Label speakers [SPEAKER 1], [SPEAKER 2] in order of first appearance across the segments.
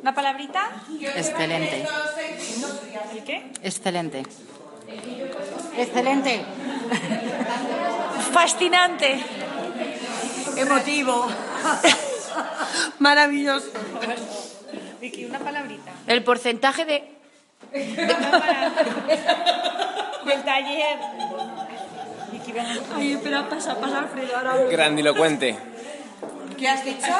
[SPEAKER 1] ¿Una palabrita?
[SPEAKER 2] Excelente.
[SPEAKER 1] ¿El qué?
[SPEAKER 2] Excelente.
[SPEAKER 3] Excelente.
[SPEAKER 1] Fascinante.
[SPEAKER 3] Emotivo. Maravilloso.
[SPEAKER 1] Vicky, una palabrita.
[SPEAKER 2] El porcentaje de...
[SPEAKER 1] Una palabrita. Del taller. Vicky, venga.
[SPEAKER 3] Ay, espera, pasa, pasa Alfredo. Ahora
[SPEAKER 4] Grandilocuente.
[SPEAKER 3] ¿Qué has dicho?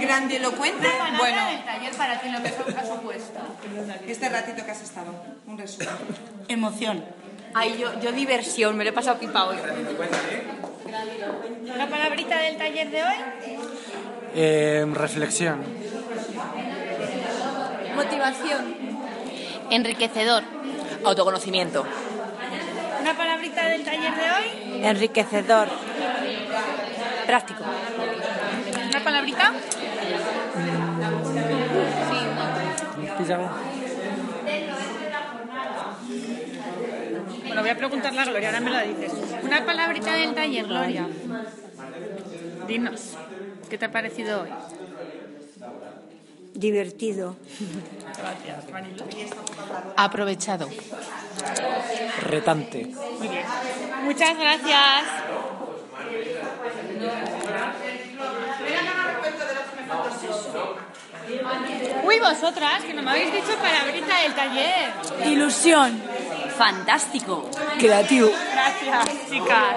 [SPEAKER 3] Grandilocuente. Bueno,
[SPEAKER 2] taller para ti lo mejor que has opuesto.
[SPEAKER 3] este ratito que has estado. Un resumen.
[SPEAKER 5] Emoción.
[SPEAKER 2] Ay, yo, yo diversión, me lo he pasado pipa hoy.
[SPEAKER 1] Una palabrita del taller de hoy.
[SPEAKER 6] Eh, reflexión.
[SPEAKER 2] Motivación. Enriquecedor. Autoconocimiento.
[SPEAKER 1] Una palabrita del taller de hoy.
[SPEAKER 5] Enriquecedor. Práctico.
[SPEAKER 1] Una palabrita.
[SPEAKER 6] Píllalo.
[SPEAKER 1] Bueno, voy a preguntarle a Gloria, ahora me la dices. Una palabrita del taller, Gloria. Dinos, ¿qué te ha parecido hoy?
[SPEAKER 5] Divertido.
[SPEAKER 1] Gracias, Marilo.
[SPEAKER 2] Aprovechado.
[SPEAKER 6] Retante.
[SPEAKER 1] Muy bien. Muchas gracias. Uy, vosotras, que no me habéis dicho palabrita del taller.
[SPEAKER 5] Ilusión.
[SPEAKER 2] Fantástico.
[SPEAKER 5] Creativo.
[SPEAKER 1] Gracias, chicas.